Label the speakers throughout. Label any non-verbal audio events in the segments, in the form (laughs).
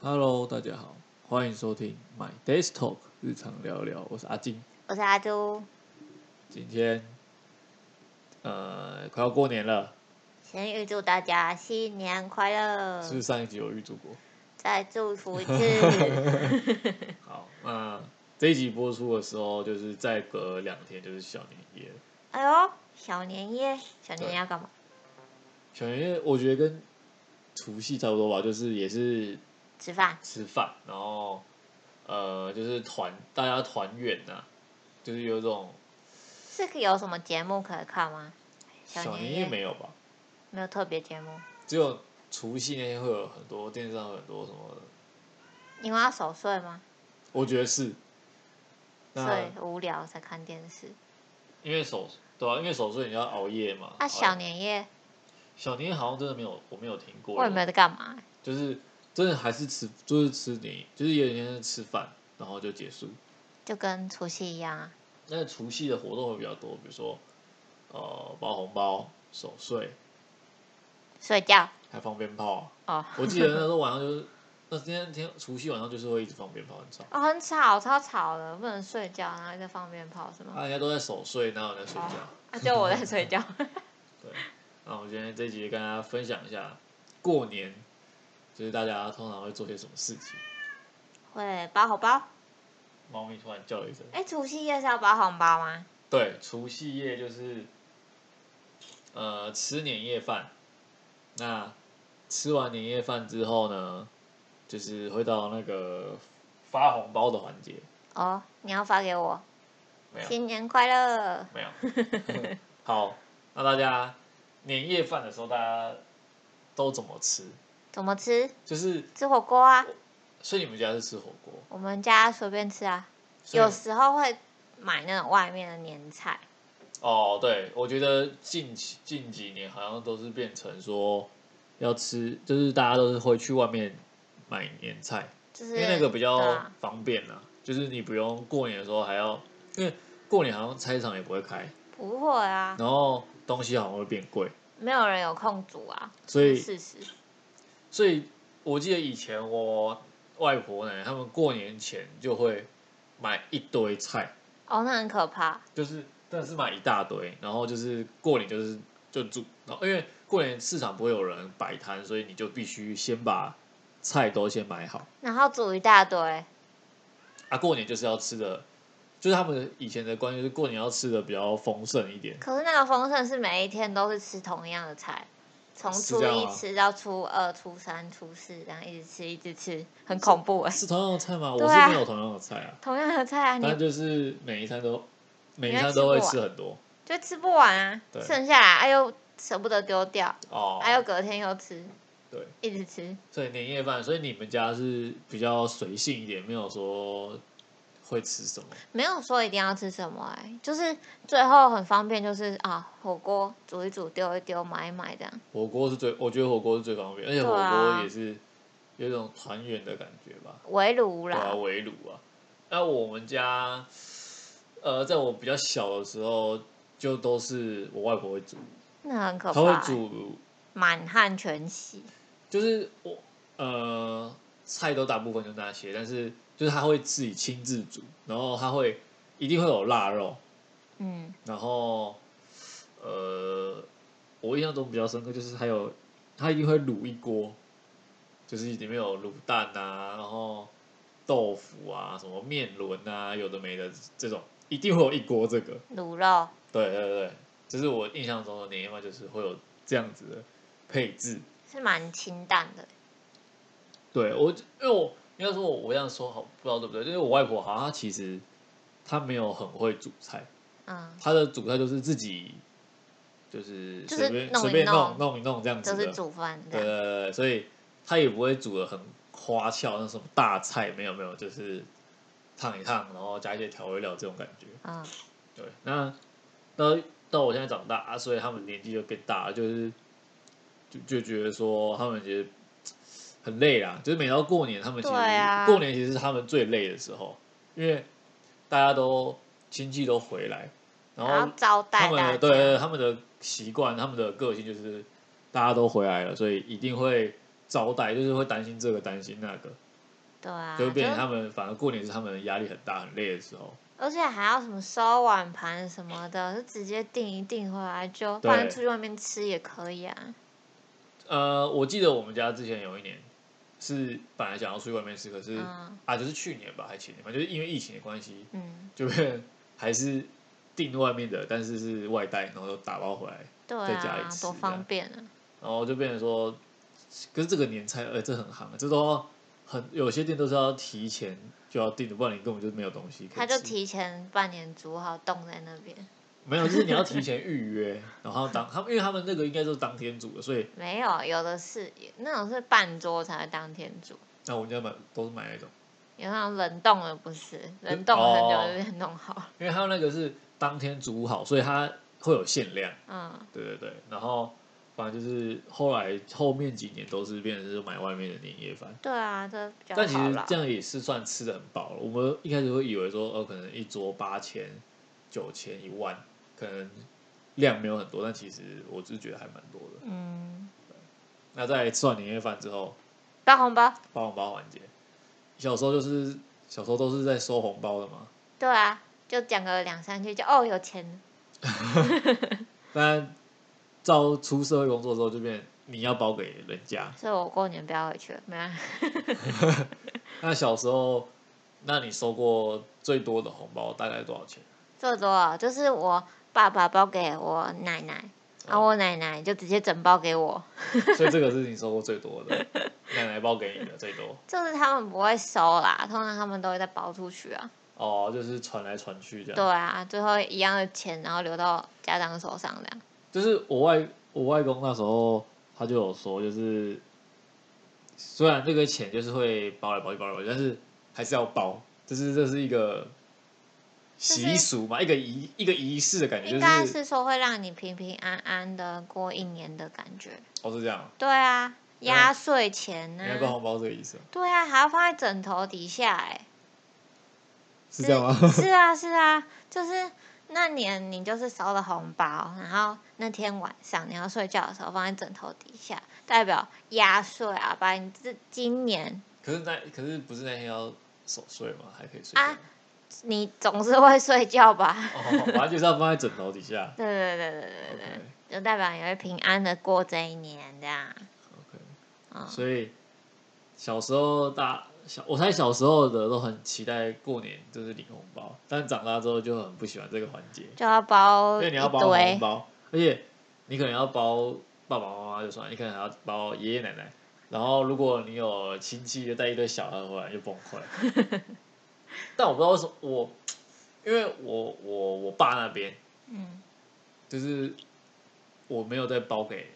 Speaker 1: Hello，大家好，欢迎收听 My Desk Talk 日常聊聊，我是阿金。
Speaker 2: 我是阿朱，
Speaker 1: 今天呃，快要过年了，
Speaker 2: 先预祝大家新年快乐，
Speaker 1: 是不是上一集有预祝过？
Speaker 2: 再祝福
Speaker 1: (laughs)
Speaker 2: 一次。
Speaker 1: 好，那这一集播出的时候，就是再隔两天就是小年夜了。
Speaker 2: 哎呦，小年夜，小年夜要干嘛？
Speaker 1: 小年夜我觉得跟除夕差不多吧，就是也是
Speaker 2: 吃饭。
Speaker 1: 吃饭，然后呃，就是团大家团圆呐、就是有一种
Speaker 2: 是有什么节目可以看吗？
Speaker 1: 小
Speaker 2: 年
Speaker 1: 年夜没有吧？
Speaker 2: 没有特别节目，
Speaker 1: 只有除夕那天会有很多电视上有很多什么的，
Speaker 2: 因为要守岁吗？
Speaker 1: 我觉得是。
Speaker 2: 所
Speaker 1: 那哦
Speaker 2: 以无聊才看电视。
Speaker 1: 因为手对啊，因为手术你要熬夜嘛。熬
Speaker 2: 那啊小年夜
Speaker 1: 小年夜好像真的没有，我没有听过。
Speaker 2: 我也没有在干嘛，
Speaker 1: 就是真的还是吃，就是吃年，就是有点像是吃饭，然后就结束。
Speaker 2: 就跟除夕一样啊。
Speaker 1: 那除夕的活动会比较多，比如说呃包红包、守岁，
Speaker 2: 睡觉
Speaker 1: 还放鞭炮。啊
Speaker 2: 哦
Speaker 1: 我记得那时候晚上就是，那今天天除夕晚上就是会一直放鞭炮，很吵。
Speaker 2: 哦，很吵，超吵的，不能睡觉，然后在放鞭炮是吗？
Speaker 1: 啊，人家都在守岁，哪有人在睡觉？
Speaker 2: 啊，就我在
Speaker 1: (laughs)
Speaker 2: 睡觉。
Speaker 1: 对，那我今天这一集就跟大家分享一下过年，就是大家通常会做些什么事情。
Speaker 2: 会包红包？
Speaker 1: 猫咪突然叫了一声。
Speaker 2: 哎，除夕夜是要包红包吗？
Speaker 1: 对，除夕夜就是，呃，吃年夜饭。那吃完年夜饭之后呢，就是会到那个发红包的环节。
Speaker 2: 哦，你要发给我，
Speaker 1: 没有，
Speaker 2: 新年快乐！ (laughs)
Speaker 1: 没有。好，那大家年夜饭的时候，大家都怎么吃？
Speaker 2: 怎么吃？
Speaker 1: 就是，
Speaker 2: 吃火锅啊，
Speaker 1: 所以你们家是吃火锅？
Speaker 2: 我们家随便吃啊。
Speaker 1: 所以
Speaker 2: 有时候会买那种外面的年菜，
Speaker 1: 哦，对，我觉得近期近几年好像都是变成说要吃，就是大家都是会去外面买年菜，
Speaker 2: 就
Speaker 1: 因
Speaker 2: 是
Speaker 1: 为那个比
Speaker 2: 对
Speaker 1: 较
Speaker 2: 啊
Speaker 1: 方便啦，就是你不用过年的时候还要，因为过年好像菜市场也不会开，
Speaker 2: 不会啊，
Speaker 1: 然后东西好像会变贵，
Speaker 2: 没有人有空煮啊，
Speaker 1: 所以
Speaker 2: 事实
Speaker 1: 所以我记得以前我外婆奶奶他们过年前就会买一堆菜，
Speaker 2: 哦，那很可怕。
Speaker 1: 就是真的是买一大堆，然后就是过年就是就煮，然后因为过年市场不会有人摆摊，所以你就必须先把菜都先买好
Speaker 2: 然后煮一大堆，
Speaker 1: 啊。过年就是要吃的，就是他们以前的观念就是过年要吃的比较丰盛一点，
Speaker 2: 可是那个丰盛是每一天都是吃同样的菜，从
Speaker 1: 是
Speaker 2: 初
Speaker 1: 这样啊
Speaker 2: 一
Speaker 1: 吗
Speaker 2: 吃到初二、初三、初四，然后一直吃一直吃，很恐怖哎、
Speaker 1: 是同样的菜吗？
Speaker 2: 对
Speaker 1: 我
Speaker 2: 啊
Speaker 1: 是没有同样的菜啊，
Speaker 2: 同样的菜啊，你
Speaker 1: 但就是每一餐都每一
Speaker 2: 你还
Speaker 1: 餐
Speaker 2: 吃啊
Speaker 1: 都会
Speaker 2: 不完
Speaker 1: 吃很多
Speaker 2: 就吃不完啊
Speaker 1: 对，
Speaker 2: 剩下来哎呦舍不得丢掉，
Speaker 1: 哦。
Speaker 2: 哎呦隔天又吃，
Speaker 1: 对，
Speaker 2: 一直吃。
Speaker 1: 所以年夜饭，所以你们家是比较随性一点，没有说会吃什么。
Speaker 2: 没有说一定要吃什么哎、就是最后很方便，就是啊火锅煮一煮丢一丢买一买这样。
Speaker 1: 火锅是最，我觉得火锅是最方便，而且火
Speaker 2: 对啊
Speaker 1: 锅也是有一种团圆的感觉吧，
Speaker 2: 围炉
Speaker 1: 对啊，
Speaker 2: 啦，
Speaker 1: 围炉啊。那我们家，呃，在我比较小的时候，就都是我外婆会煮，
Speaker 2: 那很可
Speaker 1: 她
Speaker 2: 怕、
Speaker 1: 会
Speaker 2: 欸，
Speaker 1: 煮，
Speaker 2: 满汉全席。
Speaker 1: 就是我呃菜都大部分就那些，但是就是她会自己亲自煮，然后她会一定会有腊肉，
Speaker 2: 嗯，
Speaker 1: 然后呃，我印象中比较深刻就是还有他一定会卤一锅，就是里面有卤蛋啊，然后豆腐啊，什么面轮啊，有的没的这种，一定会有一锅这个。
Speaker 2: 卤肉
Speaker 1: 对对对，这是我印象中的年夜饭，就是会有这样子的配置。
Speaker 2: 是蛮清淡的，
Speaker 1: 对我，因为我应该说我我这样说好，不知道对不对？就是我外婆好像她其实她没有很会煮菜，
Speaker 2: 嗯，
Speaker 1: 他的主菜就是自己，就是
Speaker 2: 就是
Speaker 1: 随便
Speaker 2: 弄一
Speaker 1: 随便弄
Speaker 2: 弄
Speaker 1: 弄一弄这样子
Speaker 2: 就
Speaker 1: 的，
Speaker 2: 是煮饭这
Speaker 1: 对对
Speaker 2: 样。
Speaker 1: 对，对所以他也不会煮的很花俏，那什么大菜没有没有，就是烫一烫，然后加一些调味料这种感觉。
Speaker 2: 嗯，
Speaker 1: 对，那到到我现在长大、啊，所以他们年纪就变大了，就是就就觉得说他们其实很累啦，就是每到过年，他们其实、
Speaker 2: 对啊
Speaker 1: 过年其实是他们最累的时候，因为大家都亲戚都回来，然
Speaker 2: 然
Speaker 1: 后
Speaker 2: 后招
Speaker 1: 他
Speaker 2: 待
Speaker 1: 们
Speaker 2: 大
Speaker 1: 的
Speaker 2: 家，
Speaker 1: 对对他们的习惯，他们的个性就是大家都回来了，所以一定会招待，就是会担心这个担心那个。
Speaker 2: 对啊，
Speaker 1: 就会变
Speaker 2: 就
Speaker 1: 成他们反而过年是他们压力很大、很累的时候。
Speaker 2: 而且还要什么收碗盘什么的，就直接订一订回来就，不
Speaker 1: 对
Speaker 2: 然出去外面吃也可以啊。
Speaker 1: 呃，我记得我们家之前有一年是本来想要出去外面吃，可是、
Speaker 2: 嗯
Speaker 1: 啊，就是去年吧，还前年吧，就是因为疫情的关系，
Speaker 2: 嗯，
Speaker 1: 就变成还是订外面的，但是是外带，然后又打包回来，
Speaker 2: 对
Speaker 1: 在家里
Speaker 2: 啊，
Speaker 1: 吃
Speaker 2: 多
Speaker 1: 这
Speaker 2: 方
Speaker 1: 样
Speaker 2: 便啊。
Speaker 1: 然后就变成说，可是这个年菜，呃，这很行，这都要很有些店都是要提前就要订的，不然你根本就没有东西可以吃。
Speaker 2: 他就提前半年煮好冻在那边，
Speaker 1: 没有，就是你要提前预约， (laughs) 然后当他们，因为他们那个应该就是当天煮的，所以
Speaker 2: 没有，有的是那种是半桌才会当天煮，
Speaker 1: 那啊我们家买都是买那种，
Speaker 2: 有那种冷冻的不是，冷冻了
Speaker 1: 哦
Speaker 2: 很久就被弄好。
Speaker 1: 因为他们那个是当天煮好，所以它会有限量。
Speaker 2: 嗯，
Speaker 1: 对对对，然后反正就是后来后面几年都是变成是买外面的年夜饭。
Speaker 2: 对啊，这比较
Speaker 1: 但其
Speaker 2: 好
Speaker 1: 实
Speaker 2: 啦
Speaker 1: 这。样也是算吃的很饱了。我们一开始会以为说，哦，可能一桌八千、九千、一万，可能量没有很多，但其实我是觉得还蛮多的。
Speaker 2: 嗯，
Speaker 1: 那在吃完年夜饭之后，
Speaker 2: 发红包，
Speaker 1: 包红包环节，小时候就是小时候都是在收红包的嘛。
Speaker 2: 对啊，就讲个两三句就哦有钱，
Speaker 1: 但到出社会工作之后，就变你要包给人家。
Speaker 2: 所以我过年不要回去了，没啊。
Speaker 1: 那小时候，那你收过最多的红包大概多少钱？
Speaker 2: 最多啊就是我爸爸包给我奶奶，啊，
Speaker 1: 哦
Speaker 2: 我奶奶就直接整包给我，
Speaker 1: 所以这个是你收过最多的，奶奶包给你的最多。
Speaker 2: 就是他们不会收啦，通常他们都会再包出去啊。
Speaker 1: 哦，就是传来传去这样。
Speaker 2: 对啊，最后一样的钱，然后留到家长手上这样。
Speaker 1: 就是我外我外公那时候他就有说，就是虽然这个钱就是会包来包去包来包去，但是还是要包，就是这是一个习俗嘛，一个仪一个仪式的感觉，
Speaker 2: 应
Speaker 1: 就
Speaker 2: 该
Speaker 1: 是
Speaker 2: 是说会让你平平安安的过一年的感觉。
Speaker 1: 哦是这样，
Speaker 2: 对啊，
Speaker 1: 对啊
Speaker 2: 压岁钱
Speaker 1: 你
Speaker 2: 呢、
Speaker 1: 要包红包这个意思
Speaker 2: 对啊，还要放在枕头底下哎、
Speaker 1: 是这样吗？ (laughs)
Speaker 2: 是啊，是啊，就是那年你就是收了红包，然后那天晚上你要睡觉的时候放在枕头底下，代表压岁啊，把你这今年
Speaker 1: 可是那可是不是那天要守岁吗？还可以睡觉。
Speaker 2: 啊你总是会睡觉吧？ (laughs)。
Speaker 1: 哦，反正就是要放在枕头底下
Speaker 2: 对对对对 (laughs) 对
Speaker 1: OK
Speaker 2: 对就代表你会平安的过这一年这样。
Speaker 1: OK，
Speaker 2: 嗯，
Speaker 1: 所以小时候大小，我猜小时候的都很期待过年就是领红包，但长大之后就很不喜欢这个环节，
Speaker 2: 就要
Speaker 1: 因
Speaker 2: 包一
Speaker 1: 为你要包红
Speaker 2: 堆，
Speaker 1: 包，而且你可能要包爸爸妈妈就算，你可能还要包爷爷奶奶，然后如果你有亲戚就带一堆小孩回来就崩溃。但我不知道为什么我，因为我我我爸那边
Speaker 2: 嗯，
Speaker 1: 就是我没有再包给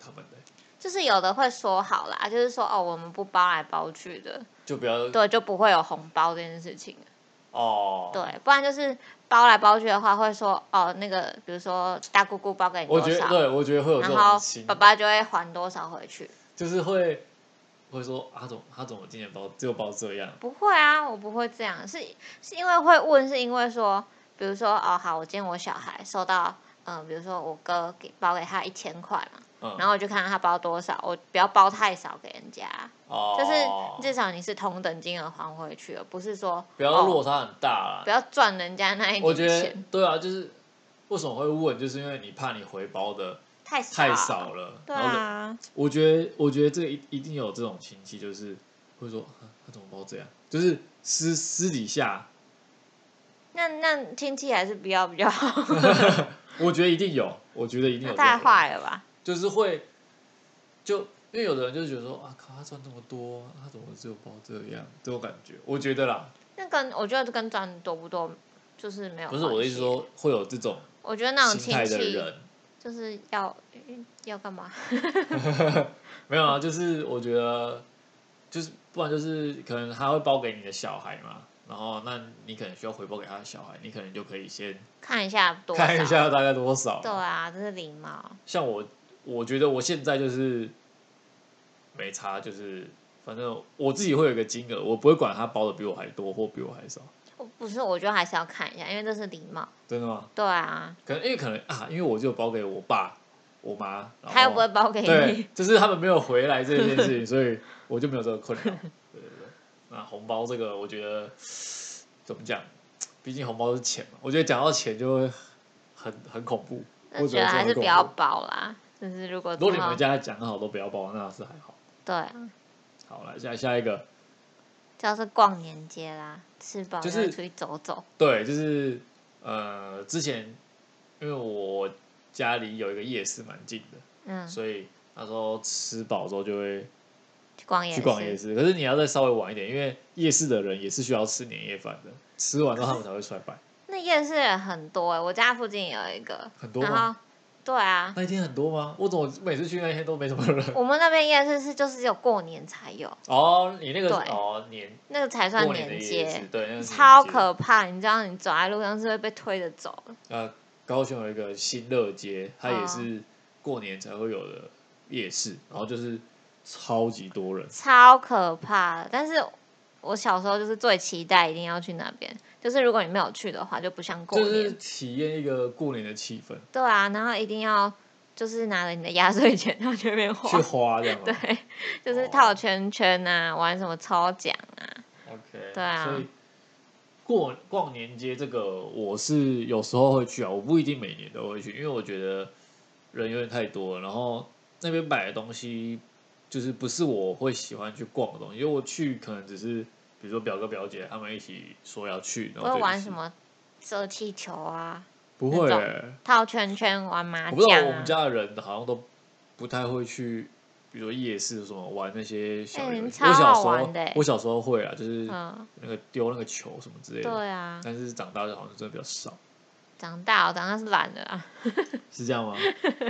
Speaker 1: 他们的，
Speaker 2: 就是有的会说好啦，就是说哦，我们不包来包去的，
Speaker 1: 就不要
Speaker 2: 对，就不会有红包这件事情。
Speaker 1: 哦，
Speaker 2: 对，不然就是包来包去的话，会说哦，那个比如说大姑姑包给你
Speaker 1: 我
Speaker 2: 多
Speaker 1: 觉得，
Speaker 2: 少，
Speaker 1: 对我觉得会有这
Speaker 2: 然
Speaker 1: 种
Speaker 2: 后
Speaker 1: 心，
Speaker 2: 爸爸就会还多少回去。
Speaker 1: 就是会会说啊，怎么他怎么今年包就包这样？
Speaker 2: 不会啊，我不会这样，是是因为会问，是因为说，比如说哦，好，我今天我小孩收到，嗯、比如说我哥给包给他一千块嘛，
Speaker 1: 嗯，
Speaker 2: 然后我就看他包多少，我不要包太少给人家，
Speaker 1: 哦，
Speaker 2: 就是至少你是同等金额还回去，而不是说
Speaker 1: 不要落
Speaker 2: 哦
Speaker 1: 差很大啦
Speaker 2: 不。要赚人家那一
Speaker 1: 我
Speaker 2: 点
Speaker 1: 觉得
Speaker 2: 钱，
Speaker 1: 对啊，就是为什么会问，就是因为你怕你回包的
Speaker 2: 太少
Speaker 1: 太少了。
Speaker 2: 对
Speaker 1: 然后就
Speaker 2: 啊，
Speaker 1: 我觉得，我觉得这一一定有这种亲戚，就是会说啊他怎么包这样，就是私私底下，
Speaker 2: 那那亲戚还是不要比较好。
Speaker 1: 我觉得一定有，我觉得一定有
Speaker 2: (laughs) 那
Speaker 1: 这种
Speaker 2: 太
Speaker 1: 人。
Speaker 2: 坏了吧？
Speaker 1: 就是会，就因为有的人就是觉得说啊靠，他赚这么多，他怎么只有包这样这种感觉？我觉得啦，
Speaker 2: 那跟我觉得跟赚多不多就是没有。
Speaker 1: 不是我的意思，说会有这种
Speaker 2: 我觉得那种
Speaker 1: 心
Speaker 2: 亲
Speaker 1: 态的
Speaker 2: 戚
Speaker 1: 人，
Speaker 2: 就是要嗯要干嘛？
Speaker 1: 没有啊，就是我觉得就是不然就是可能他会包给你的小孩嘛，然后那你可能需要回报给他的小孩，你可能就可以先
Speaker 2: 看一下多少？
Speaker 1: 看一下大概多少。
Speaker 2: 对啊，这是礼貌。
Speaker 1: 像我，我觉得我现在就是没差，就是反正我自己会有一个金额，我不会管他包的比我还多或比我还少。
Speaker 2: 我不是，我觉得还是要看一下，因为这是礼貌。
Speaker 1: 真的吗？
Speaker 2: 对啊，
Speaker 1: 可能因为可能啊，因为我就包给我爸、我妈，然后
Speaker 2: 他又不会包给
Speaker 1: 哦对
Speaker 2: (laughs) 你。， (laughs)
Speaker 1: 就是他们没有回来这件事情，所以我就没有这个困扰。对对对，那红包这个，我觉得怎么讲？毕竟红包是钱嘛，我觉得讲到钱就会很很恐怖。
Speaker 2: 我
Speaker 1: 我
Speaker 2: 觉得还是
Speaker 1: 不
Speaker 2: 不要包啦。就是如果
Speaker 1: 如果你
Speaker 2: 之后
Speaker 1: 们家讲好都不要包，那是还好。
Speaker 2: 对啊，
Speaker 1: 好来下下一个，
Speaker 2: 就是逛年街啦，吃饱
Speaker 1: 就
Speaker 2: 要
Speaker 1: 是
Speaker 2: 出去走走。
Speaker 1: 对，就是呃，之前因为我家离有一个夜市蛮近的，
Speaker 2: 嗯，
Speaker 1: 所以那时候吃饱之后就会
Speaker 2: 去逛夜
Speaker 1: 去逛夜
Speaker 2: 市。
Speaker 1: 市。可是你要再稍微晚一点，因为夜市的人也是需要吃年夜饭的，吃完之后他们才会出来摆。
Speaker 2: 那夜市人很多哎、我家附近有一个，
Speaker 1: 很多
Speaker 2: 然
Speaker 1: 吗？
Speaker 2: 后对啊，
Speaker 1: 那一天很多吗？我怎么每次去那一天都没什么人？ (laughs)
Speaker 2: 我们那边夜市是就是只有过年才有，
Speaker 1: 哦，你那个
Speaker 2: 对
Speaker 1: 哦年
Speaker 2: 那个才算
Speaker 1: 过年的
Speaker 2: 年
Speaker 1: 夜市，
Speaker 2: 街，
Speaker 1: 对，那个是
Speaker 2: 超
Speaker 1: 年街
Speaker 2: 可怕！你知道，你走在路上是会被推着走的。
Speaker 1: 呃，高雄有一个新乐街，它也
Speaker 2: 哦
Speaker 1: 是过年才会有的夜市，然后就是超级多人。
Speaker 2: 超可怕的。但是我小时候就是最期待一定要去那边，就是如果你没有去的话，就不像过
Speaker 1: 就
Speaker 2: 年。
Speaker 1: 是体验一个过年的气氛，
Speaker 2: 对啊，然后一定要就是拿着你的压岁钱到那边
Speaker 1: (laughs)
Speaker 2: 花
Speaker 1: 去，花这样吗？
Speaker 2: 对，就是
Speaker 1: 哦
Speaker 2: 套圈圈啊，玩什么抽奖啊，
Speaker 1: ，OK，
Speaker 2: 对啊
Speaker 1: 所以过逛年街这个，我是有时候会去啊，我不一定每年都会去，因为我觉得人有点太多了，然后那边摆的东西就是不是我会喜欢去逛的东西，因为我去可能只是比如说表哥表姐他们一起说要去，然
Speaker 2: 会
Speaker 1: 后就一
Speaker 2: 玩
Speaker 1: 起
Speaker 2: 什么射气球啊，
Speaker 1: 不会、
Speaker 2: 那种
Speaker 1: 欸，
Speaker 2: 套圈圈玩麻
Speaker 1: 我不知道
Speaker 2: 将
Speaker 1: 我们
Speaker 2: 啊。
Speaker 1: 家的人好像都不太会去，比如说夜市什么玩那些小
Speaker 2: 哎
Speaker 1: 游
Speaker 2: 你
Speaker 1: 戏。
Speaker 2: 超
Speaker 1: 我小时
Speaker 2: 好玩的
Speaker 1: 候
Speaker 2: 欸
Speaker 1: 我小时候会啊，就是
Speaker 2: 嗯，
Speaker 1: 那个丢那个球什么之类的。
Speaker 2: 对啊，
Speaker 1: 但是长大就好像真的比较少，
Speaker 2: 长大我长大是懒了啊， (laughs)
Speaker 1: 是这样吗？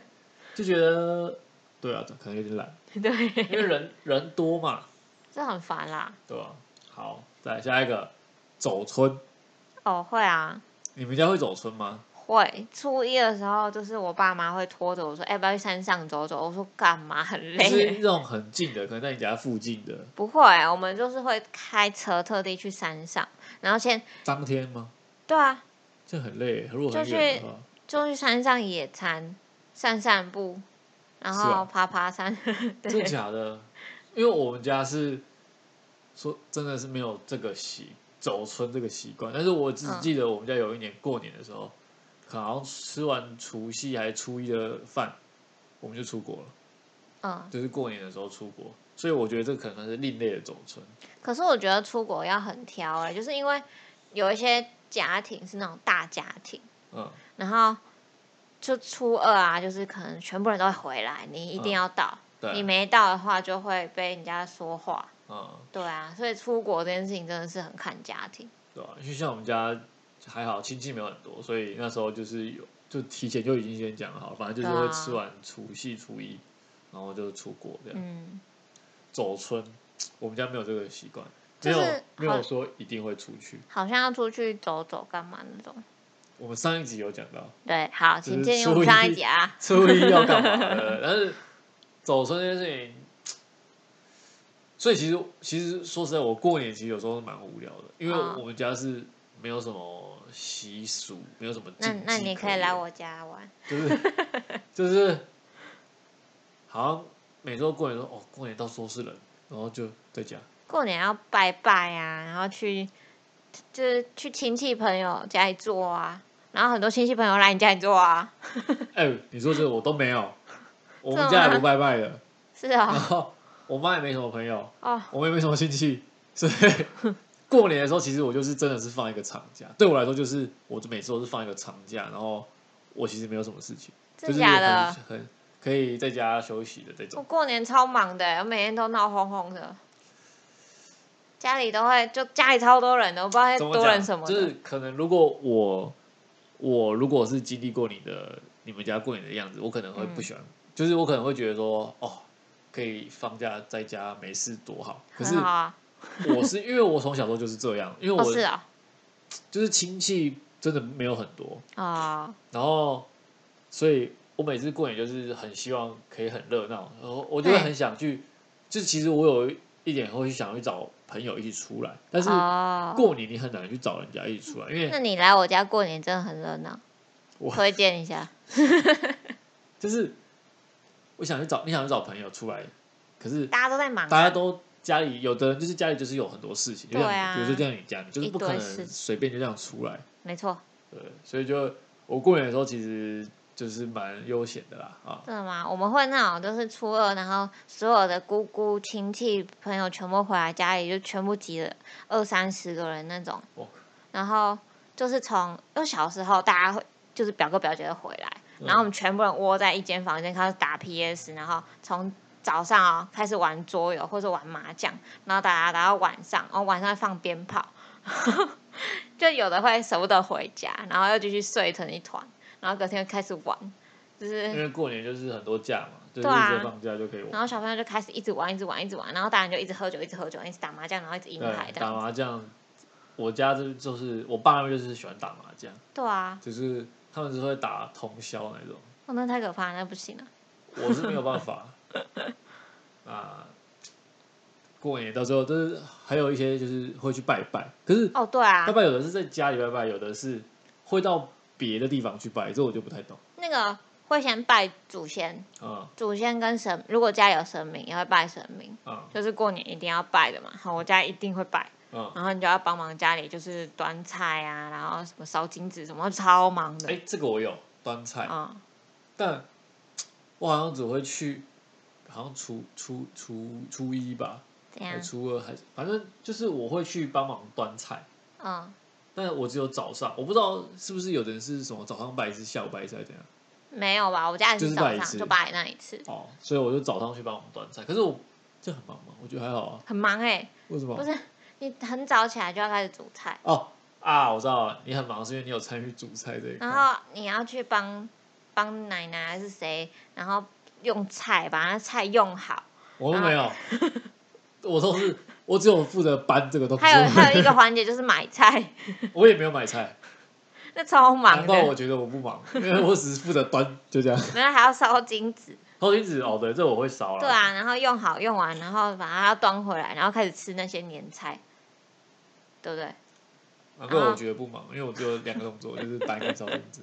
Speaker 1: (laughs) 就觉得对啊，可能有点懒，
Speaker 2: 对，
Speaker 1: (laughs) 因为人人多嘛，
Speaker 2: 这很烦啦。
Speaker 1: 对吧、好，再来下一个走村，
Speaker 2: 哦，会啊，
Speaker 1: 你们家会走村吗？
Speaker 2: 会，初一的时候就是我爸妈会拖着我说，哎、要不要去山上走走？我说干嘛？很
Speaker 1: 就是
Speaker 2: 累。
Speaker 1: 那种很近的，可能在你家附近的，
Speaker 2: 不会、我们就是会开车特地去山上，然后先
Speaker 1: 当天吗？
Speaker 2: 对啊，
Speaker 1: 这很累，如果很远的话，
Speaker 2: 就去山上野餐、散散步，然
Speaker 1: 是啊
Speaker 2: 后爬爬山。 (laughs)
Speaker 1: 真的
Speaker 2: 对，
Speaker 1: 假的？因为我们家是说真的是没有这个习走村这个习惯，但是我只
Speaker 2: 嗯
Speaker 1: 记得我们家有一年过年的时候，可能好像吃完除夕还是初一的饭，我们就出国了，
Speaker 2: 嗯，
Speaker 1: 就是过年的时候出国，所以我觉得这可能是另类的走村。
Speaker 2: 可是我觉得出国要很挑哎、就是因为有一些家庭是那种大家庭，
Speaker 1: 嗯，
Speaker 2: 然后就初二啊，就是可能全部人都会回来，你一定
Speaker 1: 嗯
Speaker 2: 要到。你
Speaker 1: 对，
Speaker 2: 没到的话，就会被人家说话。
Speaker 1: 嗯，
Speaker 2: 对啊，所以出国这件事情真的是很看家庭。
Speaker 1: 对吧、因为像我们家还好亲戚没有很多，所以那时候就是有就提前就已经先讲好，反正就是会
Speaker 2: 对啊
Speaker 1: 吃完除夕初一，然后就出国这样。
Speaker 2: 嗯，
Speaker 1: 走村，我们家没有这个习惯，没
Speaker 2: 就
Speaker 1: 有
Speaker 2: 是
Speaker 1: 没有
Speaker 2: 好
Speaker 1: 说一定会出去。
Speaker 2: 好像要出去走走干嘛那种。
Speaker 1: 我们上一集有讲到
Speaker 2: 对，好，
Speaker 1: 就是
Speaker 2: 请建议我们上一集啊。
Speaker 1: 初一要干嘛
Speaker 2: (laughs)
Speaker 1: 的，但是走村这件事情，所以其实其实说实在，我过年其实有时候是蛮无聊的，因为
Speaker 2: 嗯
Speaker 1: 我们家是没有什么习俗，没有什么禁
Speaker 2: 那
Speaker 1: 忌
Speaker 2: 那你
Speaker 1: 可
Speaker 2: 可以来
Speaker 1: 言，
Speaker 2: 我家玩。
Speaker 1: 就是就是好像每周过年说哦，过年到处都是人，然后就在家。
Speaker 2: 过年要拜拜啊，然后去就是去亲戚朋友家里坐啊，然后很多亲戚朋友来你家里坐啊。
Speaker 1: 哎、你说这个我都没有，我们
Speaker 2: 真的
Speaker 1: 家也
Speaker 2: 吗
Speaker 1: 不拜拜的，(laughs)
Speaker 2: 是
Speaker 1: 然
Speaker 2: 啊、
Speaker 1: 后我妈也没什么朋友，
Speaker 2: 哦，
Speaker 1: 我们也没什么亲戚，所以过年的时候，其实我就是真的是放一个长假。对我来说，就是我每次都是放一个长假，然后我其实没有什么事情，就
Speaker 2: 真
Speaker 1: 是
Speaker 2: 假
Speaker 1: 很
Speaker 2: 的？
Speaker 1: 很可以在家休息的这
Speaker 2: 我
Speaker 1: 种。
Speaker 2: 过年超忙的欸，我每天都闹哄哄的，家里都会就家里超多人的，我不知道在
Speaker 1: 怎么
Speaker 2: 多
Speaker 1: 讲
Speaker 2: 人什么的。
Speaker 1: 就是可能如果我我如果是经历过你的你们家过年的样子，我可能会不喜
Speaker 2: 嗯
Speaker 1: 欢，就是我可能会觉得说，哦，可以放假在家没事多好。可是
Speaker 2: 很好啊，
Speaker 1: 我是因为我从小时候就是这样，因为我
Speaker 2: 哦是啊，
Speaker 1: 就是亲戚真的没有很多，
Speaker 2: 哦，
Speaker 1: 然后所以我每次过年就是很希望可以很热闹，然后我就会
Speaker 2: 嗯
Speaker 1: 很想去，就其实我有一点会想去找朋友一起出来，但是
Speaker 2: 哦，
Speaker 1: 过年你很难去找人家一起出来，因
Speaker 2: 那
Speaker 1: 为
Speaker 2: 你来我家过年真的很热闹，
Speaker 1: 我
Speaker 2: 推荐一下。
Speaker 1: 就是我想去找你想去找朋友出来，可是
Speaker 2: 大家都在忙啊，
Speaker 1: 大家都家里有的人就是家里就是有很多事情，就像
Speaker 2: 对啊
Speaker 1: 你比如说像你家，你就是
Speaker 2: 一
Speaker 1: 不可
Speaker 2: 堆事
Speaker 1: 能随便就这样出来，
Speaker 2: 没错，
Speaker 1: 对，所以就我过年的时候其实就是蛮悠闲的啦啊，
Speaker 2: 真的吗？我们会那种就是初二，然后所有的姑姑、亲戚、朋友全部回来家里，就全部挤了二三十个人那种
Speaker 1: 哇。
Speaker 2: 然后就是从就小时候大家会就是表哥表姐会回来，然后我们全部人窝在一间房间开始打 PS，然后从早上哦开始玩桌游或者玩麻将，然后打打打到晚上，然后晚上会放鞭炮， (laughs) 就有的会舍不得回家，然后又继续睡成一团，然后隔天又开始玩，就是
Speaker 1: 因为过年就是很多假嘛，就是
Speaker 2: 对啊
Speaker 1: 直接放假就可以
Speaker 2: 然
Speaker 1: 玩，
Speaker 2: 后小朋友就开始一直玩，一直玩，一直玩，然后大人就一直喝酒，一直喝酒，一直打麻将，然后一直赢牌
Speaker 1: 对，
Speaker 2: 这
Speaker 1: 打
Speaker 2: 样子。
Speaker 1: 麻将。我家这就是我爸那边就是喜欢打麻将，
Speaker 2: 对啊，
Speaker 1: 就是他们是会打通宵那种，
Speaker 2: 哦，那太可怕了，那不行了。
Speaker 1: 我是没有办
Speaker 2: (laughs)
Speaker 1: 法。啊，过年到时候就是还有一些就是会去拜拜，可是
Speaker 2: 哦，对啊
Speaker 1: 拜，拜有的是在家里拜拜，有的是会到别的地方去拜，这我就不太懂
Speaker 2: 那个会先拜祖先，
Speaker 1: 啊
Speaker 2: 祖先跟神，如果家有神明也会拜神明，
Speaker 1: 啊
Speaker 2: 就是过年一定要拜的嘛。好，我家一定会拜，
Speaker 1: 啊！
Speaker 2: 然后你就要帮忙家里就是端菜啊，然后什么烧金纸什么，超忙的。
Speaker 1: 哎，这个我有端菜，
Speaker 2: 嗯，
Speaker 1: 但我好像只会去，好像初初初初一吧，
Speaker 2: 这样
Speaker 1: 还，初二还是反正就是我会去帮忙端菜，
Speaker 2: 嗯，
Speaker 1: 但我只有早上，我不知道是不是有的人是什么早上拜一次，下午拜一次，还是怎样。
Speaker 2: 没有吧？我家也
Speaker 1: 就是是
Speaker 2: 早
Speaker 1: 拜一
Speaker 2: 上
Speaker 1: 次
Speaker 2: 就拜那一次，
Speaker 1: 哦，所以我就早上去帮忙端菜。可是我这很忙吗？我觉得还好啊。
Speaker 2: 很忙哎、
Speaker 1: 为什么？
Speaker 2: 不是你很早起来就要开始煮菜。
Speaker 1: 哦啊，我知道了，你很忙是因为你有参与煮菜这一块。
Speaker 2: 然后你要去帮帮奶奶还是谁，然后用菜把那菜用好。
Speaker 1: 我都没有，
Speaker 2: 啊
Speaker 1: (laughs) 我都是我只有负责搬这个东西，
Speaker 2: 还有还有一个环节就是买菜， (laughs)
Speaker 1: 我也没有买菜。
Speaker 2: 那超忙
Speaker 1: 难怪哦我
Speaker 2: 的，
Speaker 1: 觉得我不忙，因为我只是负责端，就这样。
Speaker 2: 然后还要烧金纸，
Speaker 1: 偷金子哦，对，这我会烧了。
Speaker 2: 对，啊，然后用好用完，然后把它端回来，然后开始吃那些年菜，对不对？
Speaker 1: 难怪啊
Speaker 2: 啊
Speaker 1: 我觉得不忙，因为我只有两个动作，就是搬跟烧金 (laughs) 子。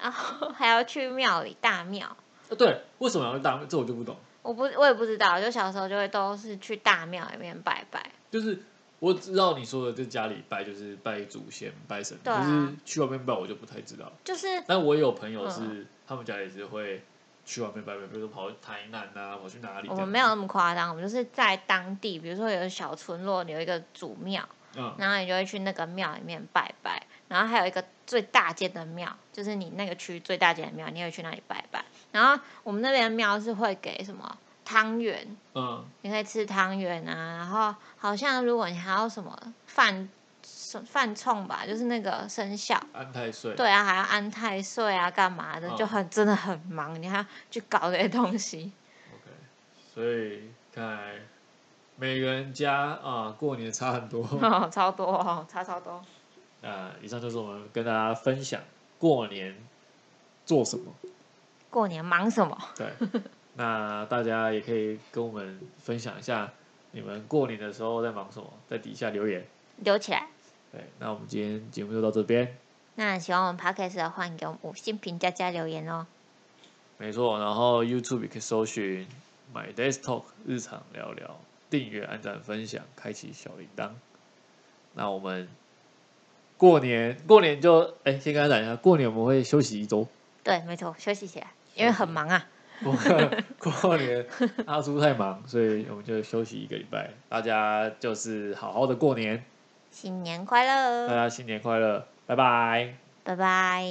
Speaker 2: 然后还要去庙里大庙，
Speaker 1: 啊对，为什么要去大？这我就不懂。
Speaker 2: 我不我也不知道，就小时候就会都是去大庙里面拜拜，
Speaker 1: 就是我知道你说的在家里拜，就是拜祖先、拜神，
Speaker 2: 对啊
Speaker 1: 就是去外面拜，我就不太知道。
Speaker 2: 就是
Speaker 1: 但我也有朋友是、
Speaker 2: 嗯
Speaker 1: 他们家也是会去外面拜拜，比如说跑去台南啊，跑去哪里这样子。
Speaker 2: 我们没有那么夸张，我们就是在当地，比如说有个小村落有一个祖庙，
Speaker 1: 嗯，
Speaker 2: 然后你就会去那个庙里面拜拜，然后还有一个最大间的庙，就是你那个区最大间的庙，你也会去那里拜拜。然后我们那边的庙是会给什么汤圆，
Speaker 1: 嗯
Speaker 2: 你可以吃汤圆啊，然后好像如果你还要什么饭什饭冲吧，就是那个生肖。
Speaker 1: 安太岁。
Speaker 2: 对啊，还要安太岁啊，干嘛的，
Speaker 1: 嗯
Speaker 2: 就很真的很忙，你还要去 (laughs) 搞这些东西。
Speaker 1: OK，所以看来每个人家啊、过年差很多
Speaker 2: (laughs)
Speaker 1: 啊、
Speaker 2: 哦，超多哦，差超多。
Speaker 1: 以上就是我们跟大家分享过年做什么。
Speaker 2: 过年忙什么？
Speaker 1: 对，那大家也可以跟我们分享一下你们过年的时候在忙什么，在底下留言。
Speaker 2: 留起来。
Speaker 1: 对，那我们今天节目就到这边，
Speaker 2: 那喜欢我们 podcast 的话，你给我们五星评价加留言哦。
Speaker 1: 没错。然后 YouTube 也可以搜寻 My Days Talk 日常聊聊，订阅、按赞、分享，开启小铃铛。那我们过年，过年就哎、先跟大家讲一下，过年我们会休息一周。
Speaker 2: 对，没错，休息起来，因为很忙啊。
Speaker 1: (laughs) 过过年阿叔太忙，所以我们就休息一个礼拜。大家就是好好的过年。
Speaker 2: 新年快
Speaker 1: 大
Speaker 2: 乐，
Speaker 1: 家新年快乐，拜拜。
Speaker 2: 拜拜。